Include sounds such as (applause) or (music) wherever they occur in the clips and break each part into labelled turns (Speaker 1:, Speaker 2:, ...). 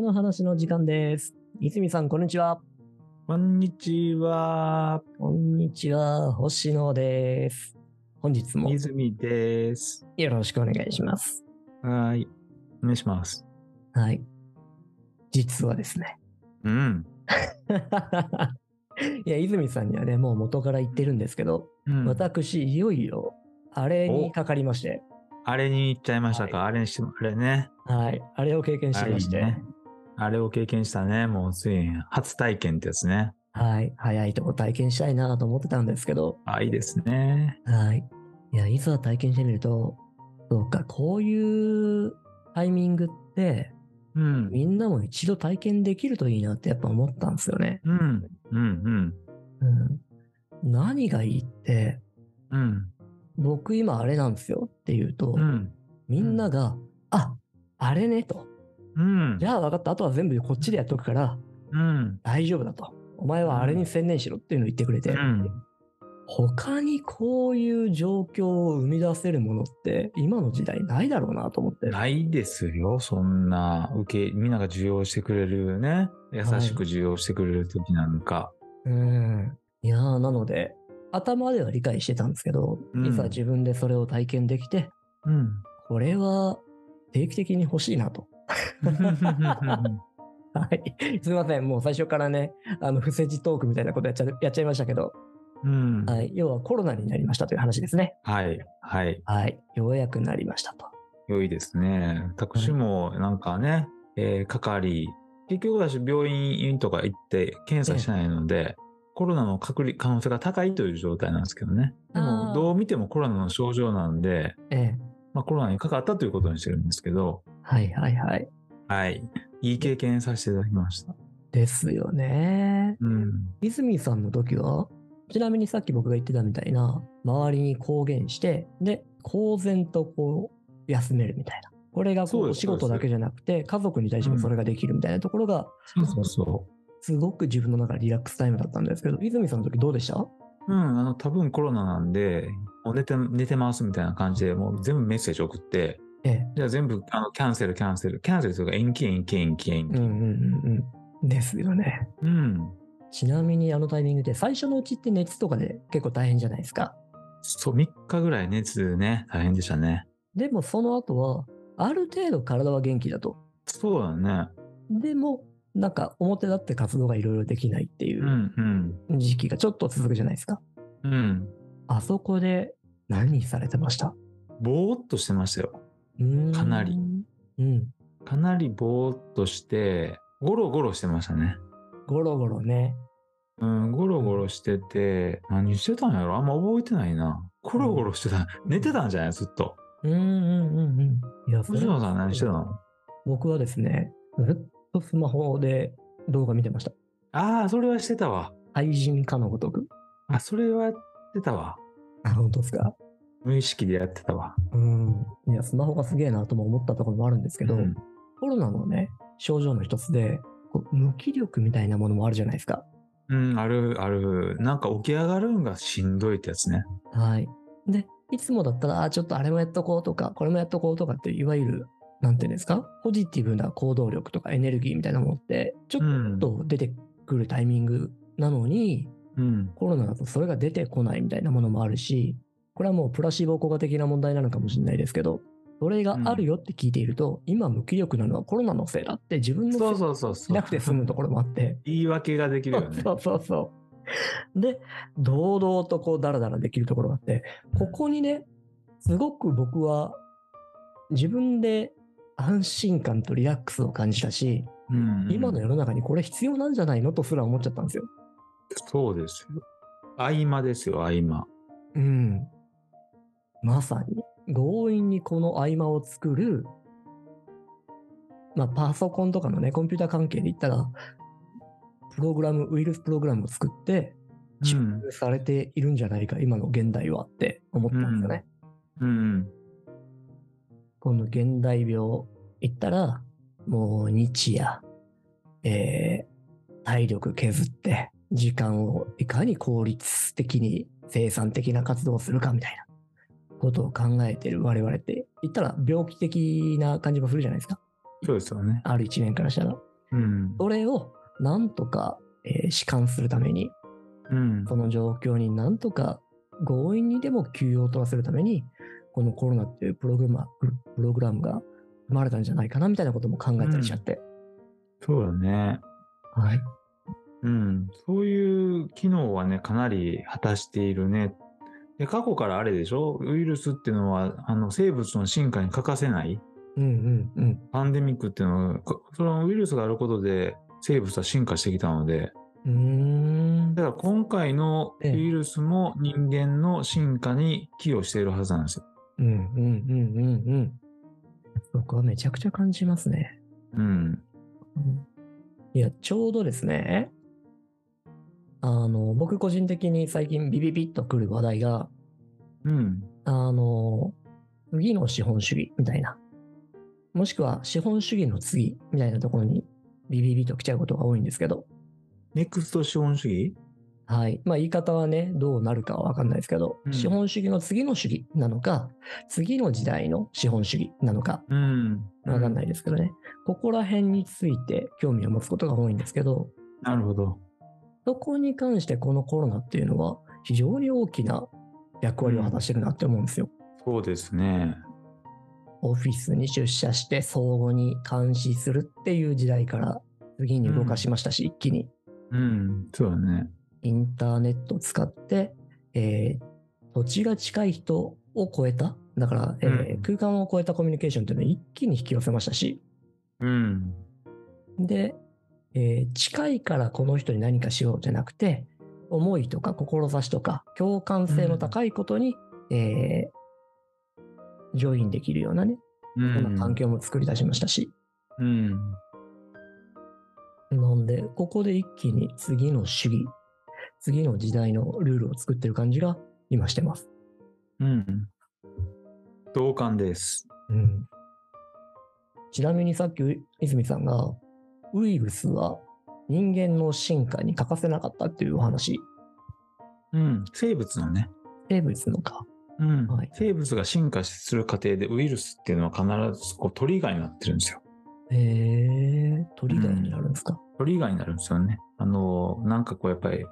Speaker 1: の話の時間です。いつみさん、こんにちは。
Speaker 2: こんにちは、
Speaker 1: こんにちは。星野です。本日も
Speaker 2: 泉です。
Speaker 1: よろしくお願いします。
Speaker 2: はーい。お願いします。
Speaker 1: はい。実はですね。 (laughs)
Speaker 2: うん。
Speaker 1: いや、泉さんにはね、もう元から言ってるんですけど、
Speaker 2: うん、
Speaker 1: 私、いよいよ、あれにかかりまして、
Speaker 2: あれに行っちゃいましたか、あれにして、あれね。
Speaker 1: はい。あれを経験してまして、
Speaker 2: あれねあれを経験したね。もうついに初体験ってやつね。
Speaker 1: はい。早いとこ体験したいなと思ってたんですけど、
Speaker 2: あ、いいですね。
Speaker 1: はい。いや、いざ体験してみると、そうか、こういうタイミングって、
Speaker 2: うん。
Speaker 1: みんなも一度体験できるといいなってやっぱ思ったんですよね。
Speaker 2: うん。うん。うん。
Speaker 1: うん。何がいいって、
Speaker 2: うん。
Speaker 1: 僕今あれなんですよって言うと、
Speaker 2: うん。
Speaker 1: みんなが、あ、あれねと。
Speaker 2: うん
Speaker 1: じ。ゃあ分かった。あとは全部こっちでやっとくから
Speaker 2: うん。
Speaker 1: 大丈夫だと。お前はあれに専念しろっていうのを言ってくれて、
Speaker 2: うん
Speaker 1: 他にこういう状況を生み出せるものって今の時代ないだろうなと思って。
Speaker 2: ないですよ、そんな。受け、みんなが受容してくれるね。優しく受容してくれる時なんか。
Speaker 1: うん。いやー、なので、頭では理解してたんですけど、
Speaker 2: うん
Speaker 1: いざ自分でそれを体験できて、
Speaker 2: (laughs) うん。
Speaker 1: これは定期的に欲しいなと。はい。 (laughs) すいません。もう最初からね、あの、不正字トークみたいなことやっちゃやっちゃいましたけど、
Speaker 2: うん。
Speaker 1: はい。要はコロナになりましたという話ですね。
Speaker 2: はい。はい。
Speaker 1: はい。ようやくなりましたと。
Speaker 2: 良いですね。私もなんかね、えー係、結局私病院とか行って検査しないので、コロナの隔離可能性が高いという状態なんですけどね。で
Speaker 1: あー
Speaker 2: も、どう見てもコロナの症状なんで、
Speaker 1: ええ。
Speaker 2: まあ、コロナにかかったということにしてるんですけど、
Speaker 1: はいはいはい。
Speaker 2: はい。いい経験させていただきました。
Speaker 1: ですよね。
Speaker 2: うん。
Speaker 1: 泉さんの時は、ちなみにさっき僕が言ってたみたいな、周りに公言して、で、公然とこう、休めるみたいな。これがこ
Speaker 2: そう
Speaker 1: う、お
Speaker 2: です
Speaker 1: 仕事だけじゃなくて、家族に対してもそれができるみたいなところが、
Speaker 2: そうそうそ
Speaker 1: すごく自分の中でリラックスタイムだったんですけど、泉さんの時どうでした
Speaker 2: う。うん、あの、多分コロナなんで、もう寝て、寝てますみたいな感じで、もう全部メッセージ送って、
Speaker 1: ええ。
Speaker 2: じゃあ全部、あの、キャンセル、キャンセル、キャンセルというか延期、延期、延期、延
Speaker 1: うんう
Speaker 2: 期。
Speaker 1: んうんうん。ですよね。
Speaker 2: うん。
Speaker 1: ちなみにあのタイミングで、最初のうちって熱とかで結構大変じゃないですか。
Speaker 2: そう、3日ぐらい熱でね、大変でしたね。
Speaker 1: でもその後は、ある程度体は元気だと。
Speaker 2: そうだね。、
Speaker 1: でも、なんか表立って活動がいろいろできないっていううん
Speaker 2: うん、
Speaker 1: 時期がちょっと続くじゃないですか。
Speaker 2: うん。
Speaker 1: あそこで何されてました
Speaker 2: ぼーっとしてましたよ。かなり。
Speaker 1: うーんうん。
Speaker 2: かなりぼーっとして、ゴロゴロしてましたね。
Speaker 1: ゴロゴロね。
Speaker 2: うん、ゴロゴロしてて、何してたんやろあんま覚えてないな。ゴロゴロしてた。寝てたんじゃないずっと。
Speaker 1: うんうんうんうん。いや、それ
Speaker 2: 星野さん何してたの
Speaker 1: 僕はですね、ずっとスマホで動画見てました。
Speaker 2: ああ、それはしてたわ。
Speaker 1: 愛人かのごとく。
Speaker 2: あ、それはやってたわ。
Speaker 1: あ、本当ですか
Speaker 2: 無意識でやってたわ。
Speaker 1: うん。いや、スマホがすげえなとも思ったところもあるんですけど、
Speaker 2: うん
Speaker 1: コロナのね、症状の一つで、こう無気力みたいなものもあるじゃないですか。
Speaker 2: うん、ある、ある。なんか起き上がるんがしんどいってやつね。
Speaker 1: はい。で、いつもだったら、あ、ちょっとあれもやっとこうとか、これもやっとこうとかって、いわゆる、なんていうんですか、ポジティブな行動力とかエネルギーみたいなものって、ちょ
Speaker 2: う
Speaker 1: っ
Speaker 2: ん。
Speaker 1: と出てくるタイミングなのに、
Speaker 2: うん。
Speaker 1: コロナだとそれが出てこないみたいなものもあるし、これはもうプラシーボ効果的な問題なのかもしれないですけど、それがあるよって聞いていると、今無気力なのはコロナのせいだって自分のせい
Speaker 2: そうそうそうそう。
Speaker 1: しなくて済むところもあって、
Speaker 2: 言い訳ができるよね。
Speaker 1: そうそうそう。で、堂々とこう、だらだらできるところがあって、ここにね、すごく僕は、自分で安心感とリラックスを感じたし、
Speaker 2: うんうん
Speaker 1: 今の世の中にこれ必要なんじゃないのとすら思っちゃったんですよ。
Speaker 2: そうですよ。合間ですよ、合間。
Speaker 1: うん。まさに、強引にこの合間を作る、まあ、パソコンとかのね、コンピューター関係で言ったら、プログラム、ウイルスプログラムを作って、チ
Speaker 2: う
Speaker 1: ュ
Speaker 2: ん
Speaker 1: ーブされているんじゃないか、今の現代はって思ったんですよね。
Speaker 2: うん。
Speaker 1: この現代病行ったら、もう日夜、えー体力削って、時間をいかに効率的に生産的な活動をするかみたいなことを考えてる我々って、言ったら病気的な感じもするじゃないですか。
Speaker 2: そうですよね。
Speaker 1: ある一年からしたら。
Speaker 2: うん。
Speaker 1: それをなんとか、えー弛緩するために、
Speaker 2: うん。
Speaker 1: この状況になんとか強引にでも休養を取らせるために、このコロナっていうプログラムプログラムが生まれたんじゃないかなみたいなことも考えたりしちゃって。
Speaker 2: そうだね。
Speaker 1: はい。
Speaker 2: うん。そういう機能はね、かなり果たしているね。で、過去からあれでしょウイルスっていうのは、あの、生物の進化に欠かせない
Speaker 1: うんうんうん。
Speaker 2: パンデミックっていうのは、かそのウイルスがあることで、生物は進化してきたので、
Speaker 1: うーん
Speaker 2: だから今回のウ
Speaker 1: ええ
Speaker 2: イルスも人間の進化に寄与しているはずなんですよ。
Speaker 1: うんうんうんうんうん。僕はめちゃくちゃ感じますね。
Speaker 2: うん。
Speaker 1: いや、ちょうどですね、あの、僕個人的に最近ビビビッとくる話題が、
Speaker 2: うん。
Speaker 1: あの、次の資本主義みたいな、もしくは資本主義の次みたいなところにビビビッと来ちゃうことが多いんですけど、
Speaker 2: ネクスト資本主義
Speaker 1: はい。まあ言い方はね、どうなるかはわかんないですけど、
Speaker 2: うん
Speaker 1: 資本主義の次の主義なのか、次の時代の資本主義なのか、
Speaker 2: うん。。
Speaker 1: わかんないいですけどね、ここら辺について興味を持つことが多いんですけど、
Speaker 2: なるほど。
Speaker 1: そこに関してこのコロナっていうのは非常に大きな役割を果たしてるなって思うんですよ。
Speaker 2: そうですね。
Speaker 1: オフィスに出社して相互に監視するっていう時代から次に動かしましたし、一気に
Speaker 2: うん。そうだね。
Speaker 1: インターネットを使って、えー土地が近い人を超えた、だから、えー
Speaker 2: うん
Speaker 1: 空間を超えたコミュニケーションっていうのを一気に引き寄せましたし、
Speaker 2: うん。
Speaker 1: で、えー近いからこの人に何かしようじゃなくて、思いとか志とか共感性の高いことに、えージョインできるようなね、そ
Speaker 2: う
Speaker 1: ん
Speaker 2: ん。
Speaker 1: な環境も作り出しましたし、
Speaker 2: うん。
Speaker 1: なんで、ここで一気に次の主義、次の時代のルールを作ってる感じが今してます。
Speaker 2: うん。同感です。
Speaker 1: うん、ちなみにさっきう泉さんが、ウイルスは人間の進化に欠かせなかったっていうお話、
Speaker 2: うん。生物のね。
Speaker 1: 生物のか。
Speaker 2: うん。
Speaker 1: はい
Speaker 2: 生物が進化する過程でウイルスっていうのは必ずこうトリガーになってるんですよ。
Speaker 1: へえ、鳥がになるんですか。
Speaker 2: トリガーになるんですよね。あの、なんかこうやっぱり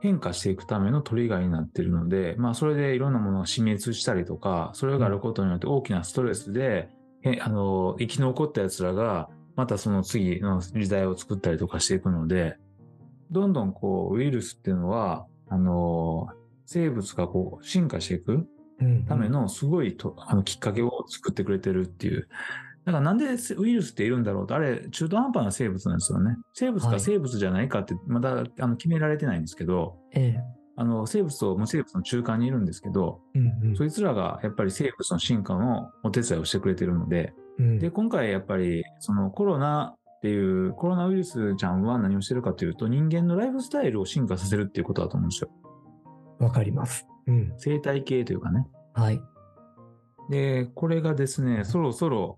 Speaker 2: 変化していくためのトリガーになってるので、まあそれでいろんなものが死滅したりとか、それがあることによって大きなストレスで、へあの、生き残った奴らがまたその次の時代を作ったりとかしていくので、どんどんこうウイルスっていうのは、あの、生物がこう進化していく
Speaker 1: うん
Speaker 2: ため。のすごいと、あのきっかけを作ってくれてるっていう。だからなんでウイルスっているんだろうと、あれ中途半端な生物なんですよね。生物
Speaker 1: は
Speaker 2: か
Speaker 1: い
Speaker 2: 生物じゃないかってまだあの決められてないんですけど、
Speaker 1: ええ。
Speaker 2: あの生物と無生物の中間にいるんですけど、
Speaker 1: うん
Speaker 2: そいつらがやっぱり生物の進化のお手伝いをしてくれてるので、
Speaker 1: うん
Speaker 2: で、今回やっぱりそのコロナっていう、コロナウイルスちゃんは何をしてるかというと、人間のライフスタイルを進化させるっていうことだと思うんですよ。
Speaker 1: わかります。うん。
Speaker 2: 生態系というかね。
Speaker 1: はい。
Speaker 2: で、これがですね、そろそろ、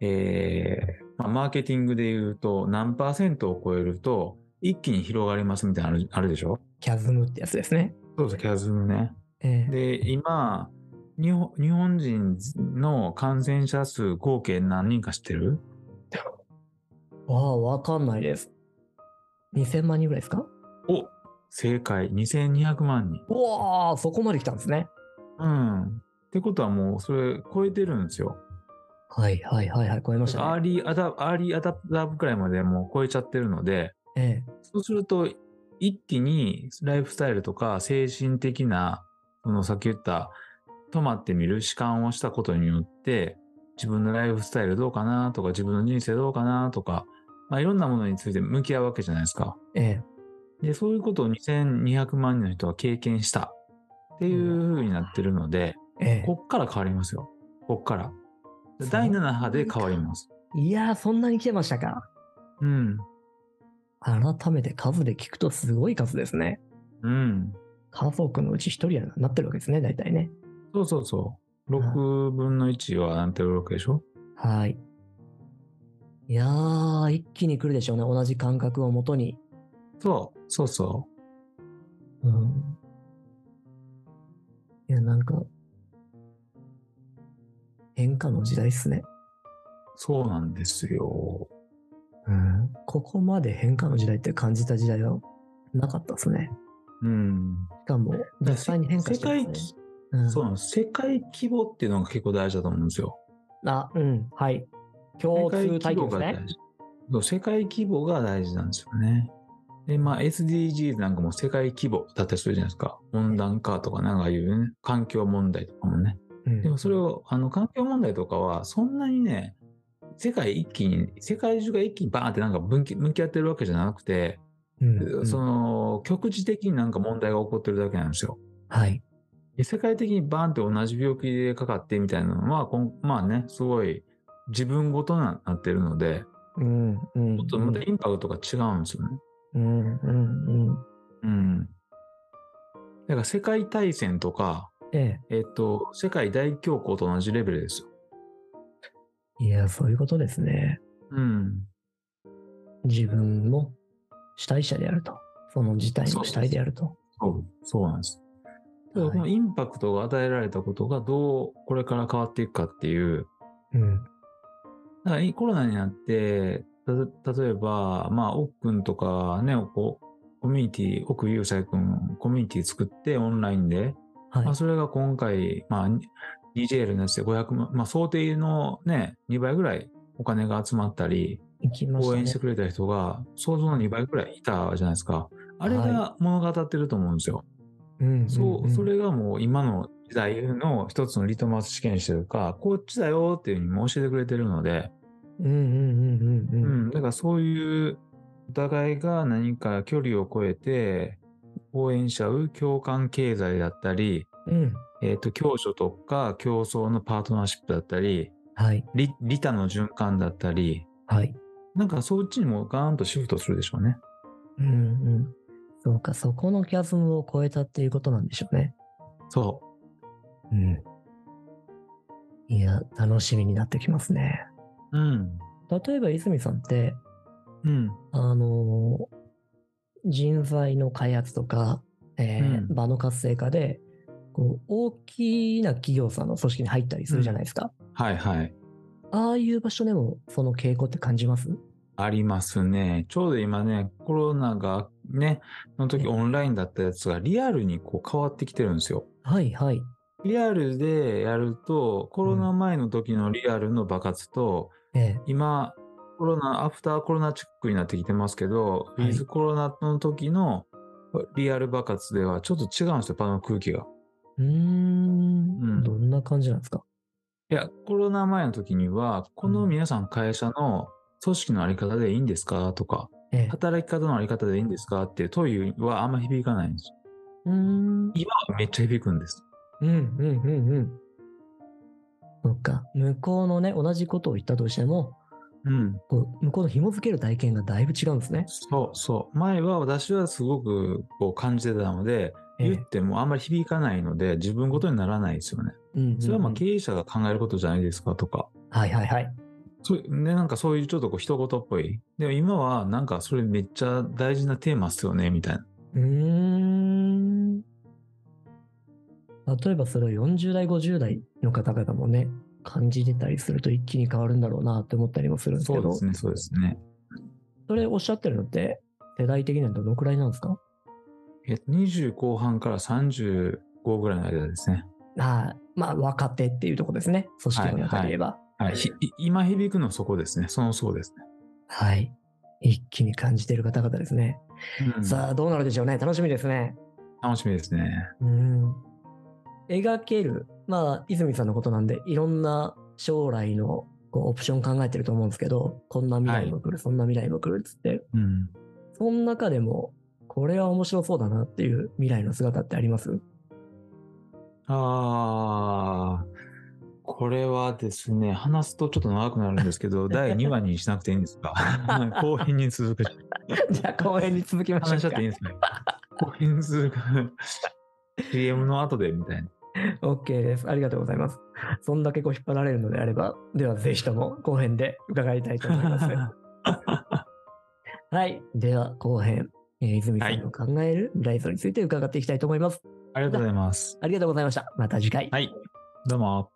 Speaker 2: えーまあ、マーケティングで言うと、何パーセントを超えると、一気に広がりますみたいなのあるあるでしょ
Speaker 1: キャズムってやつですね。
Speaker 2: そうです、キャズムね。
Speaker 1: ええ。
Speaker 2: で、今、日本日本人の感染者数合計何人か知ってる
Speaker 1: ああ、わかんないです。2000万人ぐらいですか
Speaker 2: お正解、2200万人。
Speaker 1: うわあ、そこまで来たんですね。
Speaker 2: うん。ってことはもう、それ超えてるんですよ。
Speaker 1: はいはいはいはい、超えました
Speaker 2: ア
Speaker 1: ね。
Speaker 2: ーリーアダアーリーアダプターくらいまでもう超えちゃってるので、
Speaker 1: え
Speaker 2: そうすると、一気にライフスタイルとか精神的な、そのさっき言った、止まってみる、弛緩をしたことによって、自分のライフスタイルどうかなとか、自分の人生どうかなとか、まあ、いろんなものについて向き合うわけじゃないですか。
Speaker 1: え。え
Speaker 2: で、そういうことを2200万人の人は経験したっていう風になってるので、
Speaker 1: え。え
Speaker 2: こっから変わりますよ。こっから。
Speaker 1: そう
Speaker 2: 第7波で変わります。
Speaker 1: え。いやー、そんなに来てましたか。
Speaker 2: うん。
Speaker 1: 改めて数で聞くとすごい数ですね。
Speaker 2: うん。
Speaker 1: 家族のうち一人になってるわけですね、大体ね。
Speaker 2: そうそうそう。6分の1はなんて6でしょ
Speaker 1: はい。いやー、一気に来るでしょうね。同じ感覚をもとに。
Speaker 2: そう、そうそ
Speaker 1: うん。いや、なんか、変化の時代っすね。
Speaker 2: う。そうなんですよ。
Speaker 1: うん。ここまで変化の時代って感じた時代はなかったですね。
Speaker 2: うん。
Speaker 1: しかも、実際に変化
Speaker 2: 世
Speaker 1: してます
Speaker 2: 界
Speaker 1: ね。
Speaker 2: き、
Speaker 1: うん
Speaker 2: そうなんです。世界規模っていうのが結構大事だと思うんですよ。
Speaker 1: あ、うん、はい。
Speaker 2: 世
Speaker 1: 共
Speaker 2: 界
Speaker 1: 通体
Speaker 2: 規模
Speaker 1: 験です
Speaker 2: が
Speaker 1: ね
Speaker 2: 大。事。そう、世界規模が大事なんですよね。で、まあ SDGs なんかも世界規模だったりするじゃないですか。温暖化とかなんかいうね、環境問題とかもね。
Speaker 1: うん
Speaker 2: でもそれを、あの、環境問題とかは、そんなにね、世界一気に、世界中が一気にバーンってなんか分岐、向き合ってるわけじゃなくて、
Speaker 1: うんうん
Speaker 2: その、局地的になんか問題が起こってるだけなんですよ。
Speaker 1: はい。
Speaker 2: で世界的にバーンって同じ病気でかかってみたいなのは、こんまあね、すごい自分ごとななってるので、
Speaker 1: うん、うん。
Speaker 2: ちょっとまたインパクトが違うんですよね。
Speaker 1: うん、うん、うん。
Speaker 2: うん。だから世界大戦とか、
Speaker 1: え
Speaker 2: えっと、世界大恐慌と同じレベルですよ。
Speaker 1: え。いや、そういうことですね。
Speaker 2: うん。
Speaker 1: 自分も主体者であると。その事態の主体であると。
Speaker 2: そう、そうなんです。だからこの
Speaker 1: はい
Speaker 2: インパクトが与えられたことがどうこれから変わっていくかっていう、
Speaker 1: うん。
Speaker 2: だからいコロナになって、た例えば、まあ、奥くんとかね、こうコミュニティ、奥ゆうさいくん、コミュニティ作ってオンラインで、
Speaker 1: はい
Speaker 2: まあ、。それが今回、まあ、に 2JL のやつで500万、まあ、想定のね、2倍ぐらいお金が集まったり、
Speaker 1: 行きま
Speaker 2: 応援し
Speaker 1: してたね。
Speaker 2: くれた人が想像の2倍ぐらいいたじゃないですか。あれ
Speaker 1: は
Speaker 2: が物語ってると思うんですよ。
Speaker 1: うん
Speaker 2: そう、そ
Speaker 1: れ。
Speaker 2: れがもう今の時代の一つのリトマス試験というか、こっちだよっていうふうにも教えてくれてるので、
Speaker 1: うん、うん、うん、うん
Speaker 2: う
Speaker 1: うん。
Speaker 2: ん、だからそういうお互いが何か距離を超えて応援し合う共感経済だったり、
Speaker 1: うん。
Speaker 2: えっ、と、共助とか競争のパートナーシップだったり、
Speaker 1: はい。
Speaker 2: 利利他の循環だったり、
Speaker 1: はい。
Speaker 2: なんかそっちにもガーンとシフトするでしょうね。
Speaker 1: うん、うん。そうか、そこのキャズムを超えたっていうことなんでしょうね。
Speaker 2: そ
Speaker 1: うん。いや、楽しみになってきますね。
Speaker 2: う。うん。
Speaker 1: 例えば泉さんって、
Speaker 2: うん。
Speaker 1: あのー人材の開発とか、えー
Speaker 2: うん
Speaker 1: 場の活性化で、こう、大きな企業さんの組織に入ったりするじゃないですか。
Speaker 2: はいはい。
Speaker 1: ああいう場所でも、その傾向って感じます
Speaker 2: ありますね。ちょうど今ね、コロナがね、の時オンラインだったやつがリアルにこう変わってきてるんですよ。
Speaker 1: はい、はい。
Speaker 2: リアルでやると、コロナ前の時のリアルの爆発と、
Speaker 1: え
Speaker 2: 今、コロナ、アフターコロナチックになってきてますけど、
Speaker 1: はい
Speaker 2: ウィズコロナの時のリアル爆発ではちょっと違うんですよ、場の空気が。
Speaker 1: えうー、
Speaker 2: うんん
Speaker 1: どんな感じなんですか
Speaker 2: いや、コロナ前の時には、この皆さん会社の組織のあり方でいいんですかとか、
Speaker 1: ええ
Speaker 2: 働き方のあり方でいいんですかっていう問いはあんま響かないんですよ。
Speaker 1: うーん。
Speaker 2: 今はめっちゃ響くんです。
Speaker 1: うんうんうんうん。そっか。向こうのね、同じことを言ったとしても、
Speaker 2: うん。
Speaker 1: こう向こうの紐付ける体験がだいぶ違うんですね。
Speaker 2: そうそう。前は私はすごくこう感じてたので、
Speaker 1: ええ
Speaker 2: 言ってもあんまり響かないので、自分ごとにならないですよね。
Speaker 1: うんうんうん
Speaker 2: それはまあ経営者が考えることじゃないですかとか。
Speaker 1: はいはいはい。
Speaker 2: そうね、なんかそういうちょっとこう人事っぽい。でも今はなんかそれめっちゃ大事なテーマっすよね、みたいな。
Speaker 1: うーん。例えばそれを40代、50代の方々もね、感じてたりすると一気に変わるんだろうなって思ったりもするんですけ
Speaker 2: そう
Speaker 1: ど、
Speaker 2: ですね、そうですね。
Speaker 1: それおっしゃってるのって、世代的にはどのくらいなんですか
Speaker 2: えっと、20後半から35ぐらいの間ですね。
Speaker 1: ああまあ、若手っていうところですね。組織の中で言えば。
Speaker 2: はい、ひ今響くのそこですね。そのそうです
Speaker 1: はい、一気に感じてる方々ですね。
Speaker 2: ね。うん
Speaker 1: さあ、どうなるでしょうね。楽しみですね。
Speaker 2: 楽しみですね。
Speaker 1: うん。描ける。まあ、泉さんのことなんで、いろんな将来のこうオプション考えてると思うんですけど、こんな未来も来る、そんな未来も来るっつって、
Speaker 2: うん。
Speaker 1: その中でも、これは面白そうだなっていう未来の姿ってあります (laughs)
Speaker 2: あー、これはですね、話すとちょっと長くなるんですけ (laughs) ど、第2話にしなくていいんです (laughs) か後編に続く。
Speaker 1: じゃあ、後編に続きましょ
Speaker 2: 話しちゃ
Speaker 1: う
Speaker 2: っ
Speaker 1: か
Speaker 2: ていい。んですね。後編に続く。CM の後でみたいな。
Speaker 1: OK です。ありがとうございます。そんだけこう引っ張られるのであれば、ではぜひとも後編で伺いたいと思います。
Speaker 2: (laughs)
Speaker 1: はい。では、後編、えー泉さんの考える未来像について伺っていきたいと思います。
Speaker 2: ありがとうございます。
Speaker 1: ありがとうございました。また次回。
Speaker 2: はい。どうも。